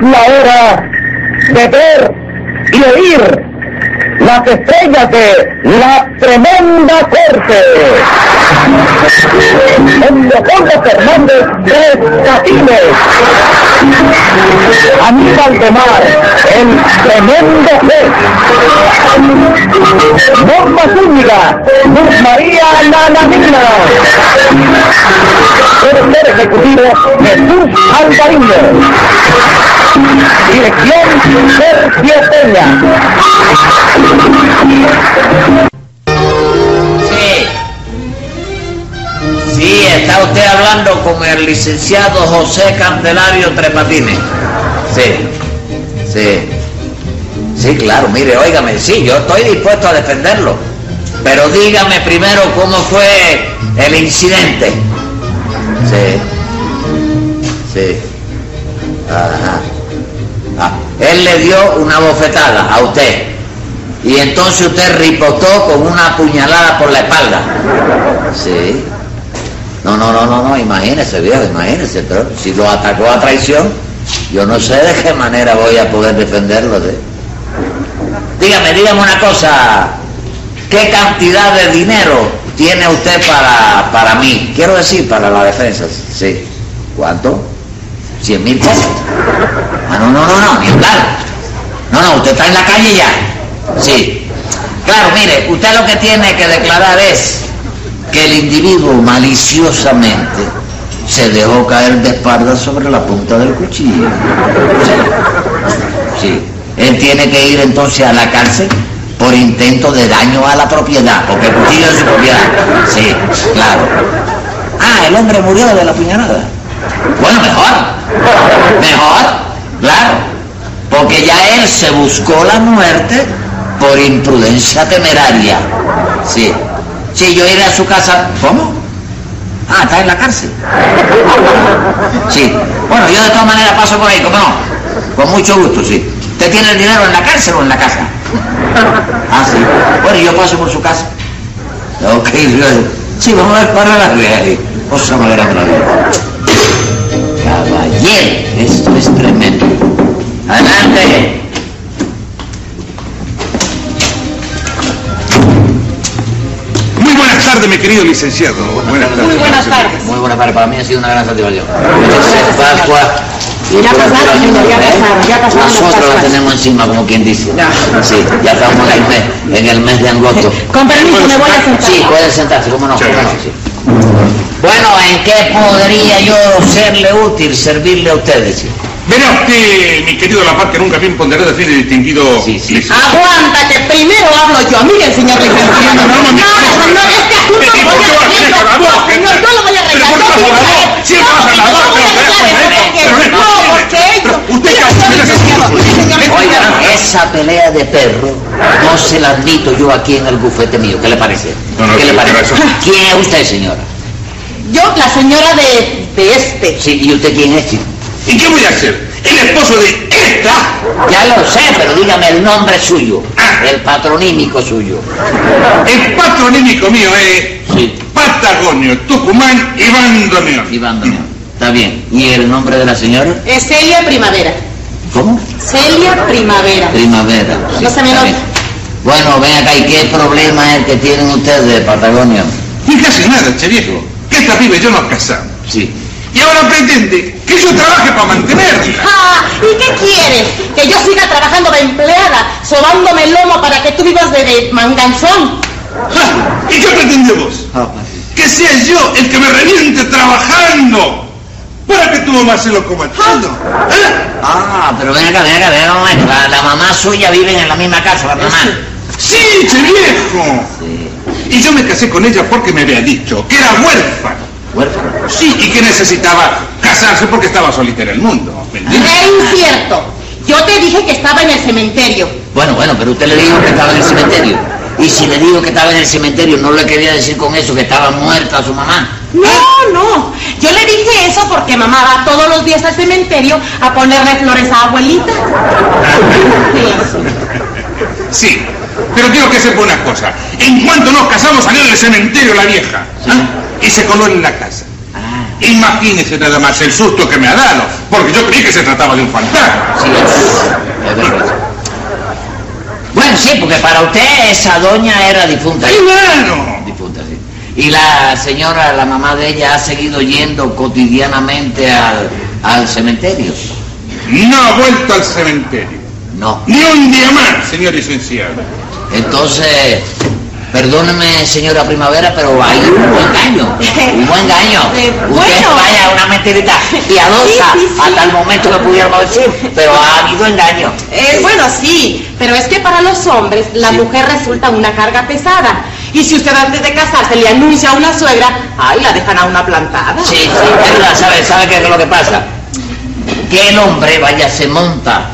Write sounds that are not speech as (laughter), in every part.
la hora de ver y oír las estrellas de la tremenda corte. En Leopoldo Fernández Tres Catines. Aníbal de Mar, el tremendo juez. Norma Zúñiga, Luz María Nananina. Tercer ejecutivo, Jesús Alvariño. Dirección Sergio Peña. Sí. Sí, está usted hablando con el licenciado José Candelario Trepatines. Sí. Sí. Sí, claro, mire, óigame, sí, yo estoy dispuesto a defenderlo. Pero dígame primero cómo fue el incidente. Sí. Sí. Ajá. Ah, él le dio una bofetada a usted. Y entonces usted ripotó con una puñalada por la espalda. Sí. No, no, no, no, no, imagínese, viejo, imagínese, pero si lo atacó a traición, yo no sé de qué manera voy a poder defenderlo. ¿sí? Dígame, dígame una cosa, ¿qué cantidad de dinero tiene usted para, para mí? Quiero decir, para la defensa, sí. ¿Cuánto? 100 mil pesos. Ah, no, no, no, no, ni hablar. No, no, usted está en la calle ya. Sí. Claro, mire, usted lo que tiene que declarar es que el individuo maliciosamente se dejó caer de espalda sobre la punta del cuchillo. Sí. sí. Él tiene que ir entonces a la cárcel por intento de daño a la propiedad, porque el cuchillo es su propiedad. Sí, claro. Ah, el hombre murió de la puñalada. Bueno, mejor. Mejor, claro. Porque ya él se buscó la muerte por imprudencia temeraria. Sí. Sí, yo iré a su casa. ¿Cómo? Ah, está en la cárcel. Sí. Bueno, yo de todas maneras paso por ahí, ¿cómo no? Con mucho gusto, sí. ¿Usted tiene el dinero en la cárcel o en la casa? Ah, sí. Bueno, yo paso por su casa. Ok, luego. Sí, vamos a ver para la real. Vamos a ver otra vez. Caballero, esto es tremendo. Adelante. Muy buenas tardes, mi querido licenciado. Muy buenas tardes. Muy buenas tardes. Muy buenas tardes. Para mí ha sido una gran satisfacción. Felices Pascua. Ya pasaron, ya pasaron, ya pasaron las ¿Eh? Nosotros la Pascuas. tenemos encima, como quien dice. Ya. Sí, ya estamos en el mes, en el mes de (laughs) agosto. Con permiso, me voy a sentar. Sí, puede sentarse, cómo no. Muchas cómo no, gracias. sí. Bueno, ¿en qué podría yo serle útil, servirle a ustedes? Verá usted, mi querido La Paz, que nunca bien ponderé decir el distinguido Sí, sí. licenciado. Aguanta, que primero hablo yo. Mire, señor no, no, no, licenciado. no, no, no, este asunto Pero, lo voy ¿por a qué vas a arreglar hacer yo. con la Señor, yo lo voy Pero, a arreglar. ¿por qué vas a hablar? yo, porque- Sí, no, vas a hablar, pero, yo voy a pero, arreglar, pero, porque- pero, pero, no, pero, porque pero, esto- usted que Mire, señor hace- licenciado, mire, señor licenciado. Oigan, esa pelea de perro no se la admito yo aquí en el bufete mío. ¿Qué le parece? No, no, ¿Qué le sí, parece? gracias. ¿Quién es usted, señora? Yo, la señora de, de este. Sí, ¿y usted quién es, chico? ¿Y qué voy a hacer? El esposo de esta. Ya lo sé, pero dígame el nombre suyo, Ah. el patronímico suyo. El patronímico mío es Sí. Patagonio, Tucumán y Bandoneón. Iván Damián. Está bien. ¿Y el nombre de la señora? Es Celia Primavera. ¿Cómo? Celia Primavera. Primavera. No se me está nota. bien. Bueno, ven acá, ¿y qué problema es el que tienen ustedes de Patagonia? Ni casi nada, che viejo. Que esta piba y yo nos casamos. Sí. Y ahora pretende que yo trabaje para mantenerla. Ah, ¿Y qué quieres? ¿Que yo siga trabajando de empleada, sobándome el lomo para que tú vivas de, de manganzón? Ja, ¿Ah? ¿Y qué pretende vos? Ah, pues Que sea yo el que me reviente trabajando para que tu mamá se lo coma todo. ¿eh? Ah, pero ven acá, ven acá, ven acá. un momento. La, la mamá suya viven en la misma casa, la mamá. Sí, che viejo. Sí. Y yo me casé con ella porque me había dicho que era huérfano. Huérfano. Sí, y que necesitaba casarse porque estaba solitera en el mundo. ¿me Es entiendes? incierto. Yo te dije que estaba en el cementerio. Bueno, bueno, pero usted le dijo que estaba en el cementerio. Y si le digo que estaba en el cementerio, no le quería decir con eso que estaba muerta su mamá. No, no. Yo le dije eso porque mamá va todos los días al cementerio a ponerle flores a abuelita. Sí. Sí, pero quiero que sepa una cosa. En cuanto nos casamos salió del cementerio la vieja. ¿ah? Y se coló en la casa. Ah. Imagínese nada más el susto que me ha dado, porque yo creí que se trataba de un fantasma. Sí, es, es verdad. Bueno, sí, porque para usted esa doña era difunta. ¡Claro! Difunta, sí. Y la señora, la mamá de ella, ha seguido yendo cotidianamente al, al cementerio. No ha vuelto al cementerio. No. Ni un día más, señor licenciado. Entonces, perdóneme, señora Primavera, pero hay un buen engaño. Un buen engaño. Eh, Usted (laughs) bueno. vaya una mentirita piadosa Sí, sí, sí. hasta el momento que pudiéramos decir, pero ha habido engaño. Eh, bueno, sí, pero es que para los hombres la mujer resulta una carga pesada. Y si usted antes de casarse le anuncia a una suegra, ay, la dejan a una plantada. Sí, sí, es verdad, ¿sabe, sabe qué es lo que pasa? Que el hombre vaya, se monta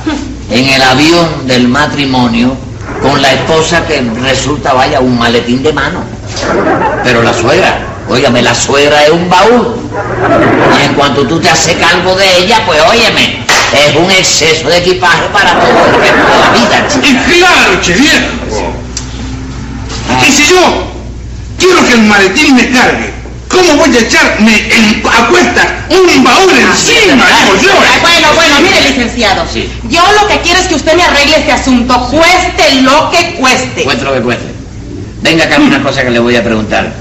en el avión del matrimonio con la esposa que resulta, vaya, un maletín de mano. Pero la suegra, óigame, la suegra es un baúl. Y en cuanto tú te haces cargo de ella, pues óyeme, es un exceso de equipaje para todo el resto de la vida, chico. Y claro, che viejo. Y si yo quiero que el maletín me cargue, ¿cómo voy a echarme en, a cuestas un baúl Ah, encima? Digo yo, Ay, ¿eh? Ah, Bueno, bueno, mire, licenciado. Sí. Yo lo que quiero es que usted me arregle este asunto, cueste lo que cueste. Cueste lo que cueste. Venga acá una cosa que le voy a preguntar.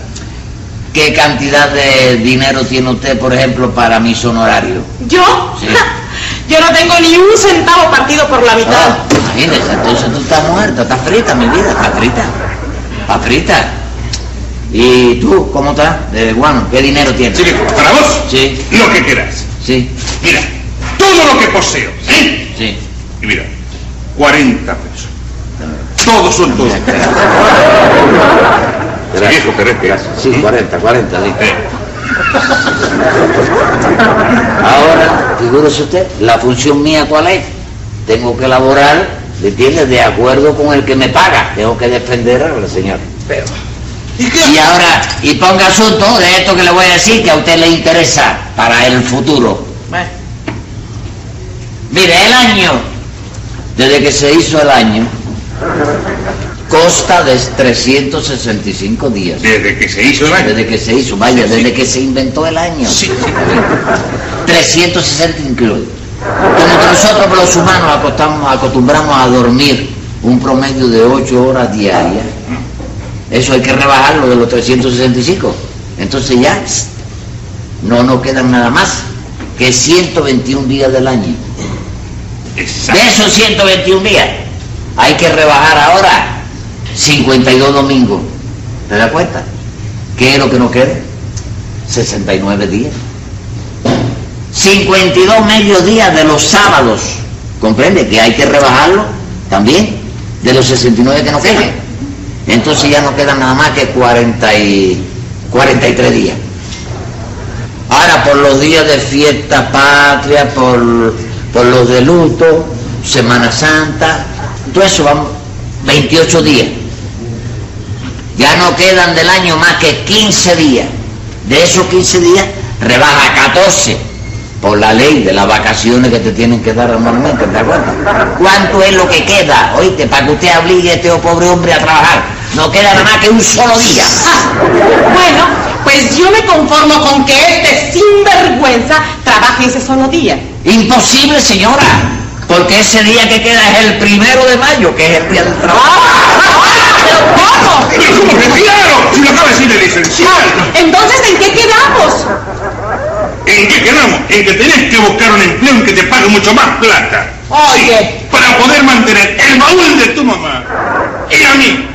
¿Qué cantidad de dinero tiene usted, por ejemplo, para mis honorarios? ¿Yo? Sí. (laughs) Yo no tengo ni un centavo partido por la mitad. Ah, imagínese, entonces tú estás muerta, estás frita, mi vida, estás frita. Estás frita. ¿Y tú, cómo estás? De guano, ¿qué dinero tienes? Che viejo, para vos, Sí. lo que querás. Sí, Mira, todo lo que poseo, ¿eh? sí. Y mira, 40 pesos. Todos son todos. Che viejo, que respiras. Sí, 40, 40, sí. Eh, Ahora, figúrese usted, la función mía cuál es. Tengo que laborar, ¿me entiende? De acuerdo con el que me paga. Tengo que defender a la señora. ¿Y qué? Y ahora, y ponga asunto de esto que le voy a decir que a usted le interesa para el futuro. Bueno. Mire, el año, desde que se hizo el año, consta de 365 días. Desde que se hizo el año. Desde que se hizo, vaya, Sí, sí. desde que se inventó el año. Sí, sí. 360 incluidos. Como que nosotros los humanos acostamos- acostumbramos a dormir un promedio de 8 horas diarias, eso hay que rebajarlo de los 365. Entonces ya pss, no nos quedan nada más que 121 días del año. Exacto. De esos 121 días hay que rebajar ahora 52 domingos. ¿Te das cuenta? ¿Qué es lo que nos queda? 69 días. 52 mediodías de los sábados. ¿Comprende? Que hay que rebajarlo también de los 69 que nos quedan. Entonces ya nos quedan nada más que 40 y 43 días. Ahora, por los días de fiesta patria, por, por los de luto, Semana Santa, todo eso vamos, 28 días. Ya no quedan del año más que 15 días. De esos 15 días, rebaja 14 por la ley de las vacaciones que te tienen que dar anualmente, ¿te acuerdas? ¿Cuánto es lo que queda, oíste, para que usted obligue a este pobre hombre a trabajar? No queda nada más que un solo día. Ah, bueno, pues yo me conformo con que este sinvergüenza trabaje ese solo día. Imposible, señora, porque ese día que queda es el primero de mayo, que es el día del trabajo. ¿Pero cómo? Pero ¿cómo que claro? Si lo acaba de decir el licenciado. Entonces, ¿en qué quedamos? ¿En qué quedamos? En que tenés que buscar un empleo en que te pague mucho más plata. Oye. Sí, para poder mantener el baúl de tu mamá. Y a mí.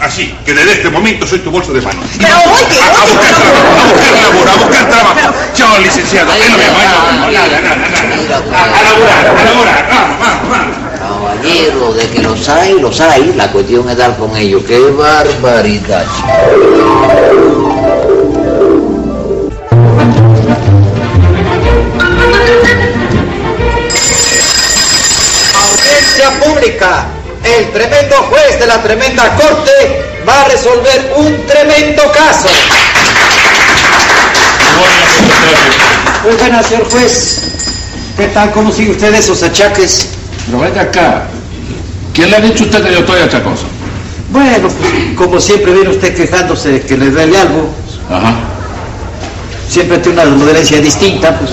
Así que desde este momento soy tu bolso de mano. Pero Ah, A, a oye, oye, buscar pero- trabajo, a buscar labor, a buscar trabajo. Chao, licenciado. Es lo mismo, es lo mismo. Nada, nada, nada. A, a laburar, a laburar. Vamos, vamos, vamos. Caballero, de que los hay, los hay. La cuestión es dar con ellos. ¡Qué barbaridad! Audiencia pública. El tremendo juez de la tremenda corte va a resolver un tremendo caso. Muy buenas, señor juez. ¿Qué tal? ¿Cómo sigue usted de esos achaques? Pero venga acá. ¿Quién le ha dicho a usted que yo estoy achacoso? Bueno, pues, como siempre viene usted quejándose de que le duele algo. Ajá. siempre tiene una denuncia distinta, pues.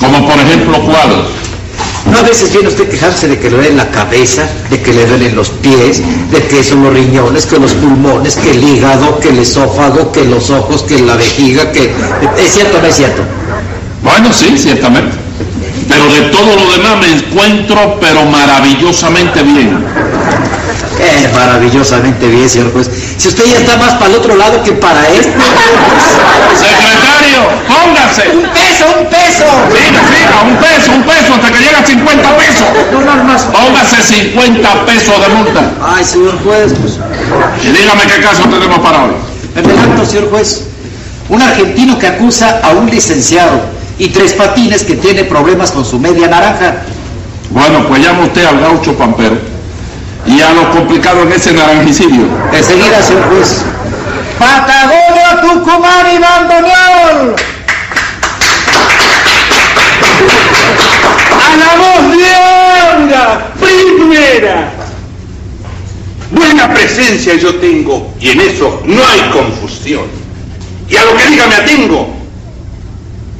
Como por ejemplo cuadros. ¿No a veces viene usted quejarse de que le duele la cabeza, de que le duelen los pies, de que son los riñones, que los pulmones, que el hígado, que el esófago, que los ojos, que la vejiga, que... ¿Es cierto o no es cierto? Bueno, sí, ciertamente. Pero de todo lo demás me encuentro, pero maravillosamente bien. Eh, maravillosamente bien, señor juez. Si usted ya está más para el otro lado que para este... Secretario, póngase. ¡Un peso, un pues, peso! Siga, siga, un peso, un peso, hasta que llega a 50 pesos. No, no, no. no. Póngase 50 pesos de multa. Ay, señor juez, pues... Y dígame qué caso tenemos para hoy. Me adelanto, señor juez. Un argentino que acusa a un licenciado y tres patines que tiene problemas con su media naranja. Bueno, pues llama usted al gaucho pampero y a lo complicado en ese naranjicidio. Enseguida, señor juez. ¡Patagonia, Tucumán y Bandoneón! ¡A la voz de onda! ¡Primera! Buena presencia yo tengo y en eso no hay confusión. Y a lo que diga me atengo.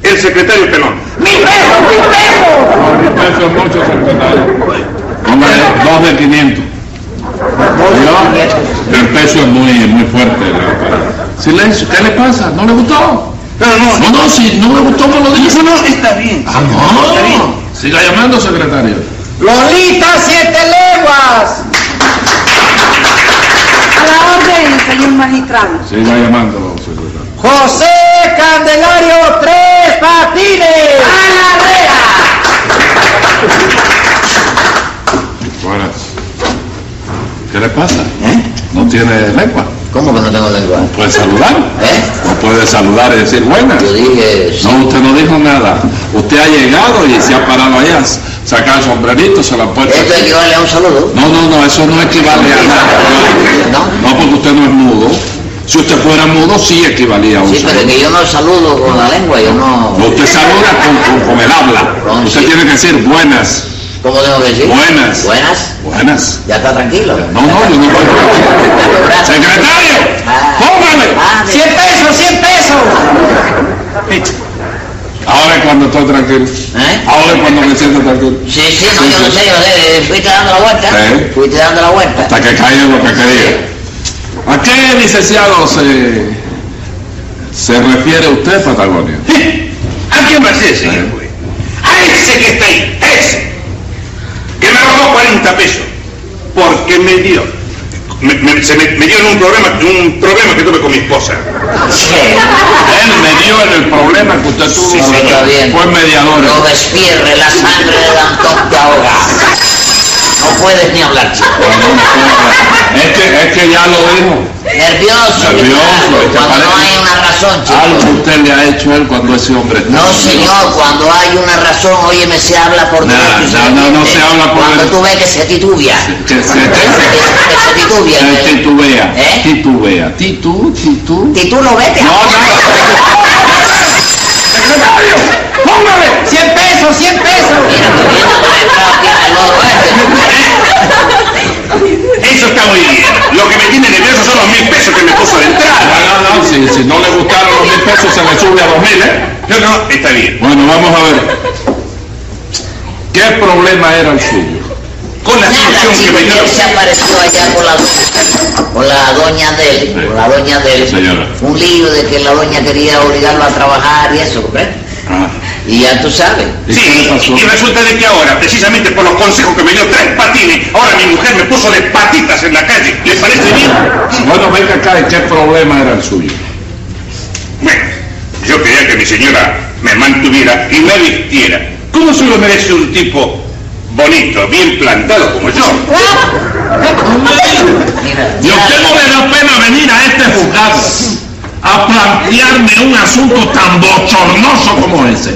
El secretario Pelón. ¡Mil pesos, mil pesos! Pesos mucho, secretario. Póngale dos de 500. Yo, el peso es muy, muy fuerte. ¿no? Silencio, ¿qué le pasa? ¿No le gustó? No, no, No, no. no, si no le gustó, no lo dice. Eso no está bien. Ah, no. Siga llamando, secretario. ¡Lolita, siete leguas! A la orden, señor magistrado. Siga llamando, secretario. ¡José Candelario, tres patines! ¡A la rea! Ahora, ¿Qué le pasa? ¿No tiene lengua? ¿Eh? ¿Cómo que no tengo lengua? ¿Puede Pues saludar? ¿Eh? ¿No puede saludar y decir buenas? Yo dije, sí. No, usted no dijo nada. Usted ha llegado y se ha parado allá, saca el sombrerito, se lo ha puesto. esto equivale a un saludo. No, no, no, eso no equivale a nada. No. No, porque usted no es mudo. Si usted fuera mudo, sí equivalía a un Sí, pero saludo. que yo no saludo con la lengua, yo no... No, usted saluda con, con- con el habla. Con- Usted tiene que decir buenas, ¿Cómo tengo que decir? Buenas. Buenas. buenas. Ya está tranquilo. No, no, yo no puedo. Gracias. ¡Secretario! Ah. ¡Póngale! Ah, de- ¡Cien pesos, cien pesos! Ahora es cuando estoy tranquilo. ¿Eh? Ahora es cuando me siento tranquilo. Sí, sí, no, yo lo sé, yo sé. eh, Fuiste dando la vuelta. Sí. Fuiste dando la vuelta. Hasta que caiga lo que caiga. ¿A qué licenciado se, se refiere (laughs) usted, Patagonia? ¿A quién va a ser, señor Eh. juez? A ese que está ahí, a ese. Que me robó 40 pesos. Porque me dio. me- me- se me, me dio en un problema, un problema que tuve con mi esposa. Sí. Él me dio en el problema que usted tuvo. Sí, No, señor. está bien. Fue mediador. No despierre la sangre de Dantón te ahoga. No puedes ni hablar, chico. Es que, es que ya lo dijo. Nervioso. Nervioso, claro, es que Cuando no parece- hay una razón, chico. Algo que usted le ha hecho a él cuando ese hombre está. No, señor, cuando hay una razón, óyeme, se habla por No, derecho y no, no, no se habla por Cuando derecho. tú ves que se titubea. Que se, Que se, (laughs) que se titubea. se titubea. ¿Eh? Titubea. Titu, titu. Y tú lo ves, te No, ahoga. no. Secretario, póngale. ¡Cien pesos, cien pesos! Mira, tú viendo por el lado, tiene el lodo Eso está muy bien. Lo que me tiene nervioso son los mil pesos que me puso de entrada. No, no, no, si, si no le gustaron los mil pesos se le sube a dos mil, ¿eh? No, no, está bien. Bueno, vamos a ver. ¿Qué problema era el suyo? Con la Nada, solución que chico, me y dio. él se apareció allá con la, con la doña de él, con la doña de él. Señora. Un lío de que la doña quería obligarlo a trabajar y eso, ¿ves? Ah, Y ya tú sabes. ¿y qué Sí, le pasó? y resulta de que ahora, precisamente por los consejos que me dio tres patines, ahora mi mujer me puso de patitas en la calle. ¿Les parece bien? Bueno, venga acá, ¿y qué problema era el suyo? Bueno, yo quería que mi señora me mantuviera y me vistiera. ¿Cómo se lo merece un tipo bonito, bien plantado como yo? Mira, ¿Y a usted no le da pena venir a este juzgado a plantearme un asunto tan bochornoso como ese?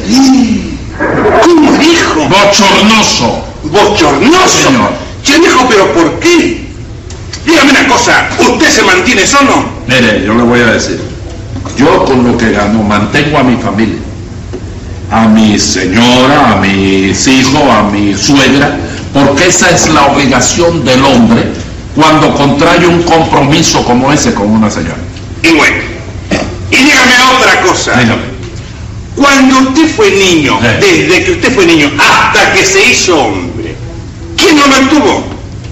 ¿Cómo dijo? Bochornoso. Bochornoso. Señor. Che, dijo, pero ¿por qué? Dígame una cosa, ¿usted se mantiene solo? Mire, yo le voy a decir, yo con lo que gano mantengo a mi familia, a mi señora, a mis hijos, a mi suegra, porque esa es la obligación del hombre cuando contrae un compromiso como ese con una señora. Y bueno, y dígame otra cosa. Dígame. Cuando usted fue niño, Sí. desde que usted fue niño hasta que se hizo hombre, ¿quién lo mantuvo?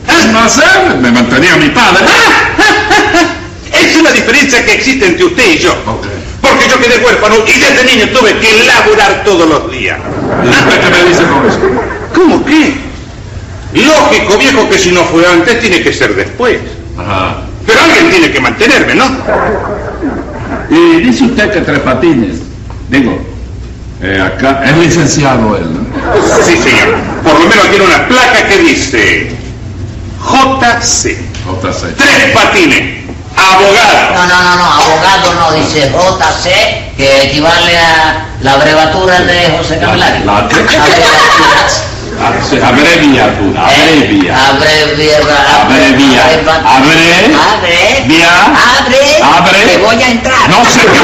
¿Ah? No sé, me mantenía mi padre. Esa es la diferencia que existe entre usted y yo. Ok. Porque yo quedé huérfano y desde niño tuve que laburar todos los días. ¿Y usted qué me dice con eso? ¿Cómo qué? Lógico, viejo, que si no fue antes, tiene que ser después. Ajá. Pero alguien tiene que mantenerme, ¿no? Y dice usted que Tres Patines, digo, eh, acá es licenciado él, ¿no? Sí, señor. Por lo menos tiene una placa que dice JC. JC. Tres patines. Abogado. No, no, no, no, abogado no, dice JC, que equivale a la abreviatura de José Camilari. La- la- abreviatura. Ah, sí, Abreviatura, Eh, abrevia. Abrevia. Abrevia. Abre. Abre. Via. Abre. Abre. Te voy a entrar. No sé qué.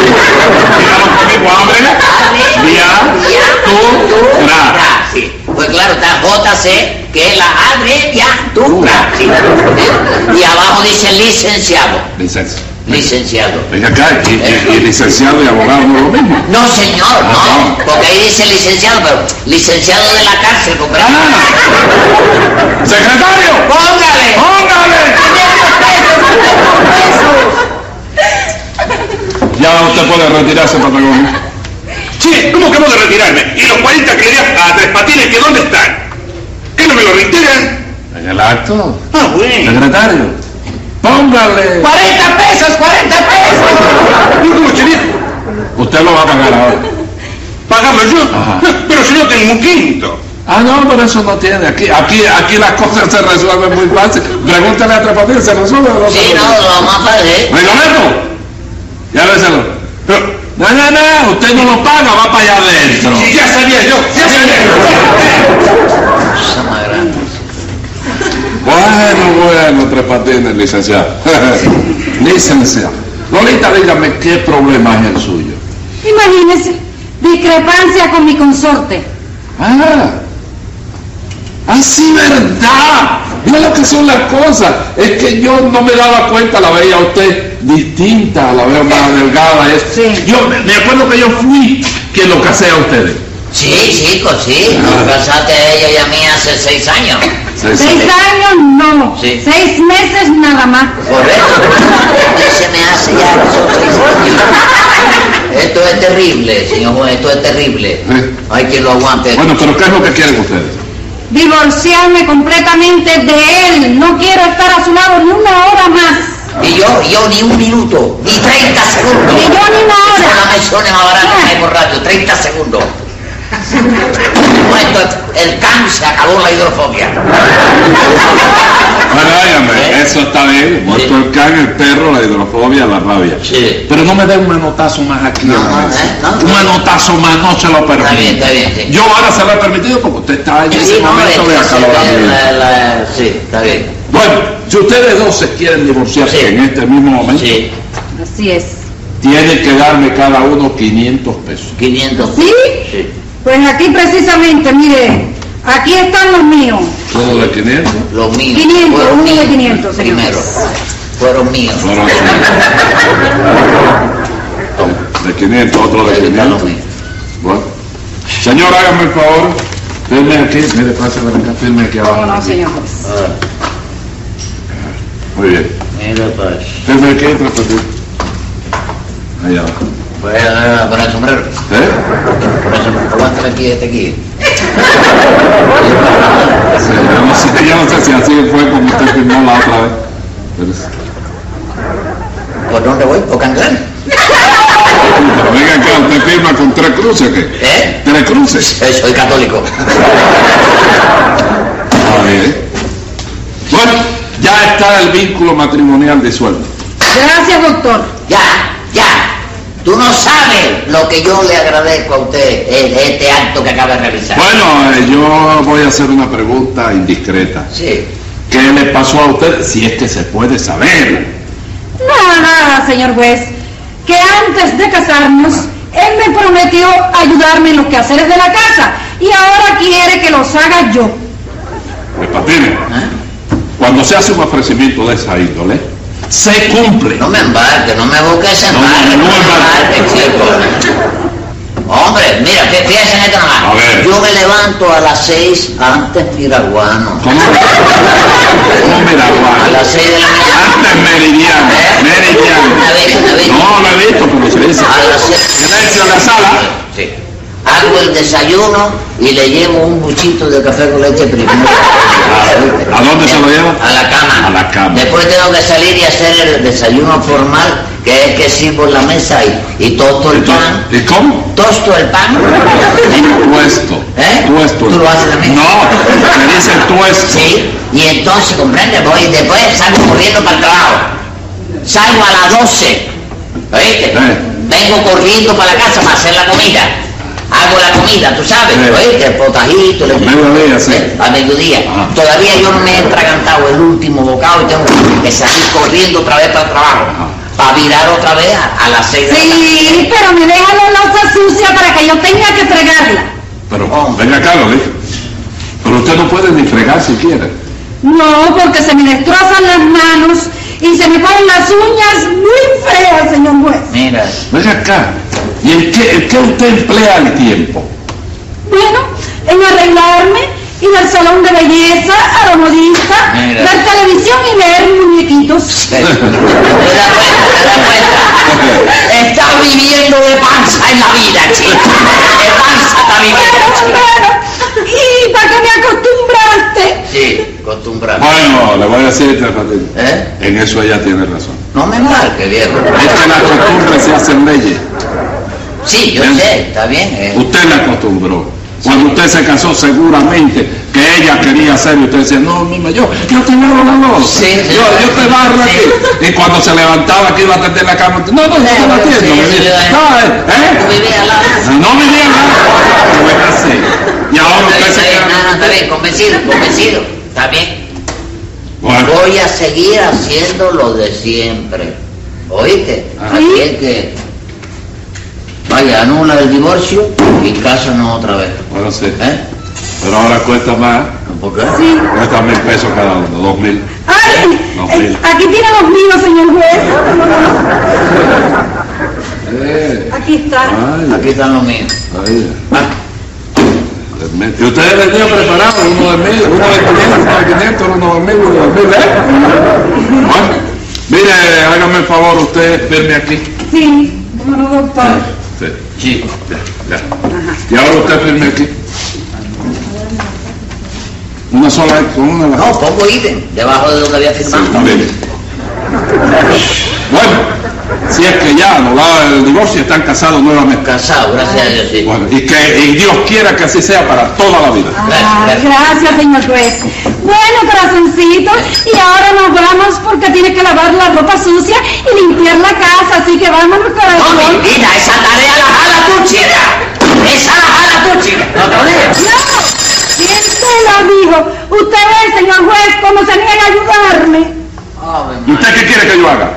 Dígalo conmigo, ábrela. Abre. Via. Ya. Tú. Ra. Ra, sí. Pues claro, está JC, que es la abreviatura. Sí. Y abajo dice licenciado. Licencia. Licenciado. Venga acá, y, y- y licenciado y abogado no es lo mismo. No, señor, Ah, no. no. Porque ahí dice licenciado, pero licenciado de la cárcel, comprende. ¡Ah! ¡Secretario! ¡Póngale! ¡Póngale! Ya usted puede retirarse, Patagón. Che, ¿cómo acabo de retirarme? ¿Y los 40 que le di a Tres Patines, que dónde están? ¿Qué no me lo reiteran? En el acto. Ah, bueno. Secretario. Póngale. ¡40 pesos! ¡40 pesos! ¿Y cómo, che, viejo? Usted lo va a pagar ahora. ¿Pagarlo yo? Ajá. Pero si no tengo un quinto. Ah, no, pero eso no tiene. Aquí, aquí, aquí las cosas se resuelven muy fácil. Pregúntale a Tres Patines, ¿se resuelve o no se Sí, no, resuelve? lo más fácil. ¡Reglamento! Ya déselo. Pero, No, no, no, usted no lo paga, va para allá adentro. si ya sabía yo, ya sabía yo. Cosa más grande. Bueno, bueno, tres patines, licenciado. (laughs) licenciado. Lolita, dígame qué problema es el suyo. Imagínese, discrepancia con mi consorte. Ah, ah, sí, verdad. Mira lo que son las cosas. Es que yo no me daba cuenta, la veía a usted distinta, la veo más delgada. Es, Sí. Yo me, me acuerdo que yo fui quien lo casé a ustedes. Sí, chico, sí. Ah. Nos casaste a ella y a mí hace seis años. Sí, sí. Seis años no, Sí. seis meses nada más. Correcto. Usted se me hace ya que son seis años. Esto es terrible, señor juez, esto es terrible. Sí. Hay quien lo aguante. Bueno, pero ¿qué es lo que quieren ustedes? Divorciarme completamente de él. No quiero estar a su lado ni una hora más. Y yo, yo ni un minuto, ni 30 segundos. Ni yo ni una Son hora. las menciones más baratas que hay por radio, 30 segundos. Muerto, el can se acabó la hidrofobia. Bueno, óigame, ¿Eh? eso está bien. Muerto Sí. el can, el perro, la hidrofobia, la rabia. Sí. Pero no me dé un manotazo más aquí. No, a la no, mesa. eh, no, no. un manotazo más no se lo permito. Está bien, está bien, sí. Yo ahora se lo he permitido porque usted está en ese Sí, eh, no, momento de es- la- acaloramiento. la- Sí, está bien. Bueno, si ustedes dos se quieren divorciar Sí. en este mismo momento, Sí, Así es. tienen que darme cada uno 500 pesos. 500. ¿Sí? Sí. Pues aquí precisamente, mire, aquí están los míos. ¿Todo de 500? Los míos. 500, fueron uno de míos 500, señor. Primero. Fueron míos. Ahora sí. De 500, otro de Ahí está lo 500. mío. Bueno. Señor, hágame el favor. Firme aquí, mire, pásame acá, firme aquí abajo. ¿Cómo no, señor juez? Ah, Muy bien. mira, pues. Firme aquí, tres patines. Ahí abajo. Voy a dar con el sombrero. ¿Eh? Por eso, aguántame aquí, este aquí. Sí, yo, no sé, yo no sé si así fue como usted firmó la otra vez. Pero, sí. ¿Por Pues, dónde voy? ¿Por Cangrán? Pero venga acá, usted firma con tres cruces, ¿o ¿qué? ¿Eh? Tres cruces. Eh, soy católico. Ah, bien. Bueno, ya está el vínculo matrimonial disuelto. Gracias, doctor. Ya, ya. Tú no sabes lo que yo le agradezco a usted en este acto que acaba de realizar. Bueno, eh, yo voy a hacer una pregunta indiscreta. Sí. ¿Qué le pasó a usted? Si es que se puede saber. Nada, nada, señor juez. Que antes de casarnos, él me prometió ayudarme en los quehaceres de la casa y ahora quiere que los haga yo. Pues, Patines, ¿Ah? cuando se hace un ofrecimiento de esa índole, se cumple. No me embarques, no me busques No, no, embarque, no no me me embarques, chico. Hombre, mira, fí- fíjense en esta nada más. A ver. Yo me levanto a las seis antes piraguano. ¿Cómo? ¿Cómo me la A guardo? las seis de la mañana. Antes meridiano, Una vez, una vez. meridiano. No, la he visto, como se dice. A las seis. Silencio en la sala. Sí. Hago el desayuno y le llevo un buchito de café con leche primero. ¿A dónde se lo lleva? A la cama. A la cama. Después tengo que salir y hacer el desayuno formal, que es que sirvo en la mesa y, y tosto el pan. ¿Y cómo? ¿Tosto el pan? (laughs) Tuesto. ¿Eh? Tuesto. ¿Tú lo haces también? No, me dice tuesto. Sí, y entonces, comprende, voy y después salgo corriendo para el trabajo. Salgo a las 12, ¿oíste? Eh. Vengo corriendo para la casa para hacer la comida. Hago la comida, tú sabes, Eh. ¿oíste? El potajito, el... A mediodía, sí. ¿eh? A mediodía. Ah. Todavía yo no me he entregantado el último bocado y tengo que salir corriendo otra vez para el trabajo. Ah. Para virar otra vez a, a las 6 de la tarde. Sí, pero me deja la loza sucia para que yo tenga que fregarla. Oh. Pero, venga acá, lo dije. Pero usted no puede ni fregar siquiera. No, porque se me destrozan las manos y se me ponen las uñas muy feas, señor juez. Mira, Venga acá. ¿Y en qué, en qué usted emplea el tiempo? Bueno, en arreglarme, ir al salón de belleza, a la modista, Mira. ver televisión y ver muñequitos. ¿Te das cuenta? ¿Te das cuenta? Estás viviendo de panza en la vida, chica. De panza está viviendo, Bueno, chica. bueno, y para que me acostumbraste. Sí, acostumbrado. Bueno, le voy a decir esta ratito. ¿Eh? En eso ella tiene razón. No me marques, viejo. Es que las costumbres se hacen leyes. Sí, yo sé, está bien. eh. Usted la acostumbró. Cuando usted se casó, seguramente que ella quería hacer y usted decía, no, mima, yo, yo te barro la loza. Sí, sí. yo, yo te barro aquí. Sí. Y cuando se levantaba que iba a tender la cama, usted, no, no, yo te la Sí, atiendo. sí, mi sí, vida". sí. No, eh, Tú ¿eh? vivías al lado. No me digan nada. Pues así. Y ahora usted se Sí, no, no, queda. está bien, convencido, convencido. Está bien. Bueno, Voy a seguir haciendo lo de siempre. ¿Oíste? Ah. Así es que... Vaya, anula el divorcio y cásanos otra vez. bueno, sí. ¿Eh? Pero ahora cuesta más. ¿Por qué? Cuesta mil pesos cada uno, dos mil. Ay, No, eh, mil. aquí tiene los míos, señor juez. Aquí está. Ay, Aquí están los míos. ay. Ah, Y ustedes venían preparados, uno de mil, uno de 500, uno de 500, uno de mil, uno de mil, ¿eh? Bueno, mire, hágame el favor usted, verme aquí. Sí, bueno, doctor. Sí, ya, ya. Y ahora usted firme aquí. Una sola vez, con una de las No, pongo ítem debajo de donde había firmado. Está bien. Bueno, si es que ya, no va el divorcio, están casados nuevamente. Cansado, gracias a Dios, sí. Bueno, y que y Dios quiera que así sea para toda la vida. Ah, Gracias, gracias, señor juez. Bueno, corazoncito, y ahora nos vamos porque tiene que lavar la ropa sucia y limpiar la casa, así que vámonos, No, Oh, mi corazón. vida, esa tarea la jala tú, chica. Esa la jala tú, chica. No te olvides. ¡No! ¿Quién se lo dijo? Usted ve, señor juez, cómo se niega a ayudarme. ¿Y usted qué quiere que yo haga?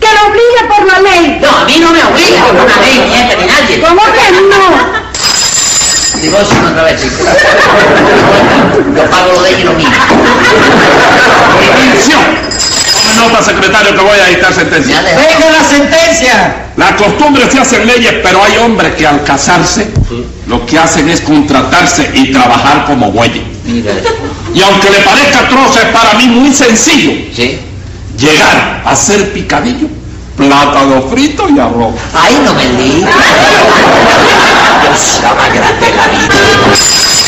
Que lo obligue por la ley. No, a mí no me obliga a una ley, ni este, ni nadie. ¿Cómo que no? Divorcio otra vez, chica. Yo pago lo de ellos y lo mío. ¡Atención! Tome nota, secretario, que voy a dictar Me sentencia. ha dejado. ¡Venga la sentencia! Las costumbres se hacen leyes, pero hay hombres que al casarse lo que hacen es contratarse y trabajar como bueyes. Mira, Y aunque le parezca atroz, es para mí muy sencillo sí. llegar a hacer picadillo, plátano frito y arroz. Ay, no me digas. Dios, la más grande de la vida.